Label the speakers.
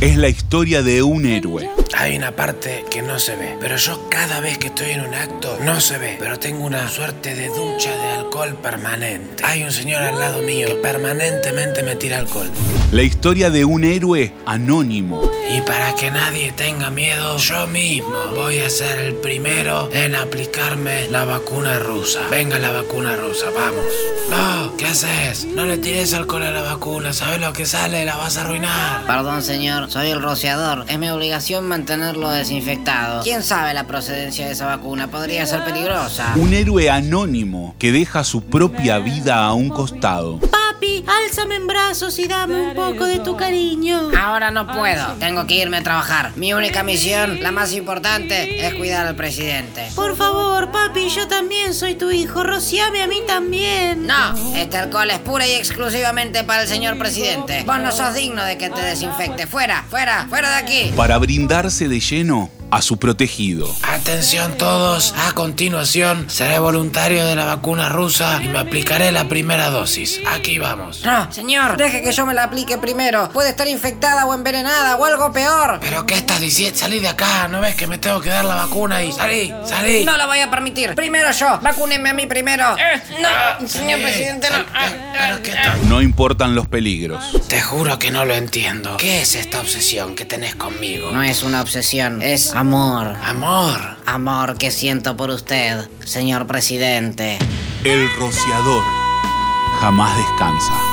Speaker 1: Es la historia de un héroe.
Speaker 2: Hay una parte que no se ve, pero yo cada vez que estoy en un acto no se ve, pero tengo una suerte de ducha de alcohol permanente. Hay un señor al lado mío que permanentemente me tira alcohol.
Speaker 1: La historia de un héroe anónimo.
Speaker 2: Y para que nadie tenga miedo, yo mismo voy a ser el primero en aplicarme la vacuna rusa. Venga la vacuna rusa, vamos. No, ¿qué haces? No le tires alcohol a la vacuna, ¿sabes lo que sale? La vas a arruinar.
Speaker 3: Perdón, señor, soy el rociador. Es mi obligación mantenerlo desinfectado. ¿Quién sabe la procedencia de esa vacuna? Podría ser peligrosa.
Speaker 1: Un héroe anónimo que deja su propia vida a un costado.
Speaker 4: Papi, álzame en brazos y dame un poco de tu cariño.
Speaker 3: Ahora no puedo. Tengo que irme a trabajar. Mi única misión, la más importante, es cuidar al presidente.
Speaker 4: Por favor, papi, yo también soy tu hijo. Rociame a mí también.
Speaker 3: No, este alcohol es pura y exclusivamente para el señor presidente. Vos no sos digno de que te desinfecte. Fuera, fuera, fuera de aquí.
Speaker 1: Para brindarse de lleno a su protegido.
Speaker 2: Atención todos, a continuación seré voluntario de la vacuna rusa y me aplicaré la primera dosis. Aquí vamos.
Speaker 3: No, señor, deje que yo me la aplique primero. Puede estar infectada o envenenada o algo peor.
Speaker 2: ¿Pero qué estás diciendo? Salí de acá, ¿no ves que me tengo que dar la vacuna y salí, salí?
Speaker 3: No lo voy a permitir. Primero yo. Vacúnenme a mí primero. No, señor presidente, no.
Speaker 2: Pero qué tal.
Speaker 1: No importan los peligros.
Speaker 2: Te juro que no lo entiendo. ¿Qué es esta obsesión que tenés conmigo?
Speaker 3: No es una obsesión, es amor.
Speaker 2: Amor.
Speaker 3: Amor que siento por usted, señor presidente.
Speaker 1: El rociador jamás descansa.